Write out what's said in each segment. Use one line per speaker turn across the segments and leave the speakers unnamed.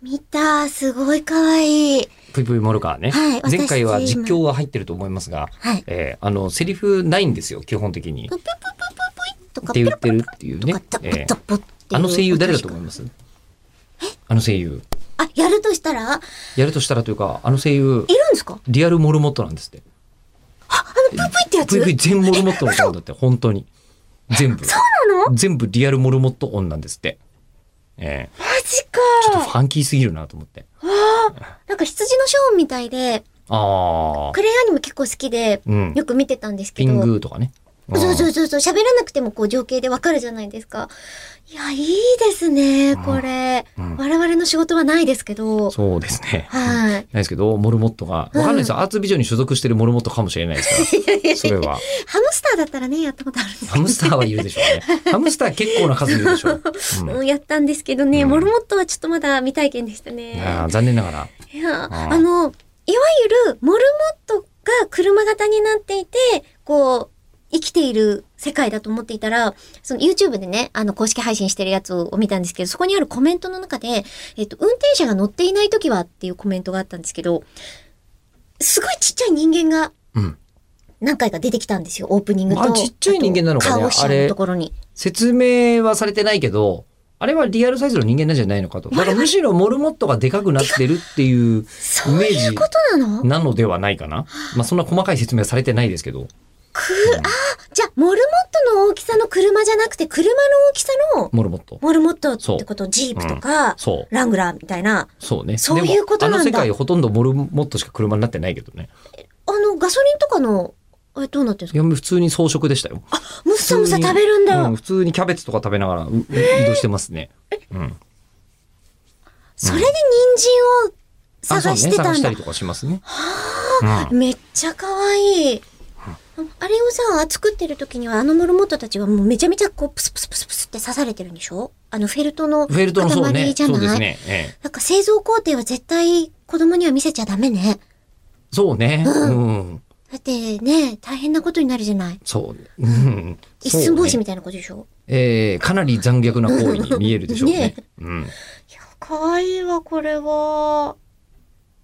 見た、すごい可愛い。
ぷいぷいモルカーね、
はい
前回は
私
実況が入ってると思いますが、
はい
えーあのセリフないんですよ基本的に
ぷぷぷぷぷぷいと
っ
か、
て
ピ
言
ロ
ってるっていう
と
ね
か、タ、
え
ッタ
ー
ッポっていう。
あの声優誰だと思いますあの声優
あ、やるとしたら、
やるとしたらというかあの声優
いるんですか
リアルモルモットなんですって
ぷぷいってやつ
ぷいぷい全モルモットの顔 だって本当に全部
そうなのマ
全部リアルモルモット音なんですって、えー
ジ
ちょっと
か。
ファンキーすぎるなと思って
なんか羊のショーンみたいで、
ああ
クレイアニメ結構好きで、
うん
よく見てたんですけ
ピ
ど。
ングとかねうん
そうそうそうそう、喋らなくてもこう情景でわかるじゃないですか。いや、いいですね、これ。
うん
我々の仕事はないですけど。
そうですね
はい。
ないですけど、モルモットが、わかんないですよ。アーツビジョンに所属してるモルモットかもしれないですから。それは。
ハムスターだったらね、やったことあるんですけど
ハムスターはいるでしょうね。ハムスター結構な数いるでしょう。
う
うん
んやったんですけどね、
うん
モルモットはちょっとまだ未体験でしたね。
いやー残念ながら。
いやー
あー
あの、いわゆるモルモットが車型になっていて、こう、生きている世界だと思っていたら、その YouTube でね、あの公式配信してるやつを見たんですけど、そこにあるコメントの中で、えっと、運転者が乗っていない時はっていうコメントがあったんですけど、すごいちっちゃい人間が
うん。
何回か出てきたんですよ、オープニングと。
あちっちゃい人間なのかね
あと顔
あ
下
れ
のところに。
説明はされてないけど、あれはリアルサイズの人間なんじゃないのかと。だからむしろモルモットがでかくなってるっていうイ
そう
メ
いうこ
ー
となの
ジなのではないかな。まあそんな細かい説明はされてないですけど。
く、あ、じゃあ、モルモットの大きさの車じゃなくて、車の大きさの
モルモット。
モルモットってこと、ジープとか、
そう。
ラングラーみたいな、
そうね。
そういうことなんだ
でもあの世界ほとんどモルモットしか車になってないけどね。
あの、ガソリンとかの、あれどうなってるん
い
です
や、普通に装飾でしたよ。
かむっさむさ食べるんだ。
うん普通にキャベツとか食べながらうう移動してますね。うん。
それで人参を
あそう
探
ね
してた
探
ん
した
だ。
りとかしますね。うん
めっちゃ可愛い。あれをさ、作ってる時には、あのモルモットたちはもうめちゃめちゃこう、プスプスプスプスって刺されてるんでしょあのフェルトの
フェルトのそうね
塊。じゃ
そうで
な
す
い、
ね。ええ
なんか製造工程は絶対子供には見せちゃダメね。
そうね。うん。
だってね、大変なことになるじゃない。
そう。うん。
一寸法師
そうね
みたいなことでしょ
ええかなり残虐な行為に見えるでしょうね。
ね
う
い
ん。
や、可愛いわ、これは。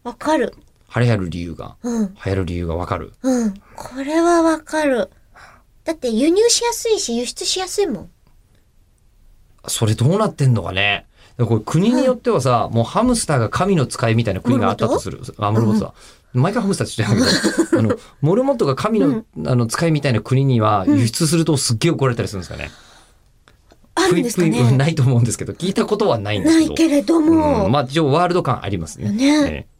わかる。
流行る理由が、
うん、
流行る理由がわかる。
うん。これはわかる。だって輸入しやすいし、輸出しやすいもん。
それどうなってんのかね。だからこれ国によってはさ、もうハムスターが神の使いみたいな国があったとする。あ、モルモットだ。毎回ハムスターって言ってたけど、あの、モルモットが神の,、あの使いみたいな国には輸出するとすっげえ怒られたりするんですかね。
あるんですか
食い食いうん
ね。
ないと思うんですけど、聞いたことはないんで
な
す
い
けど。
けれども。
うんまあ、一応ワールド感ありますね。
ね
え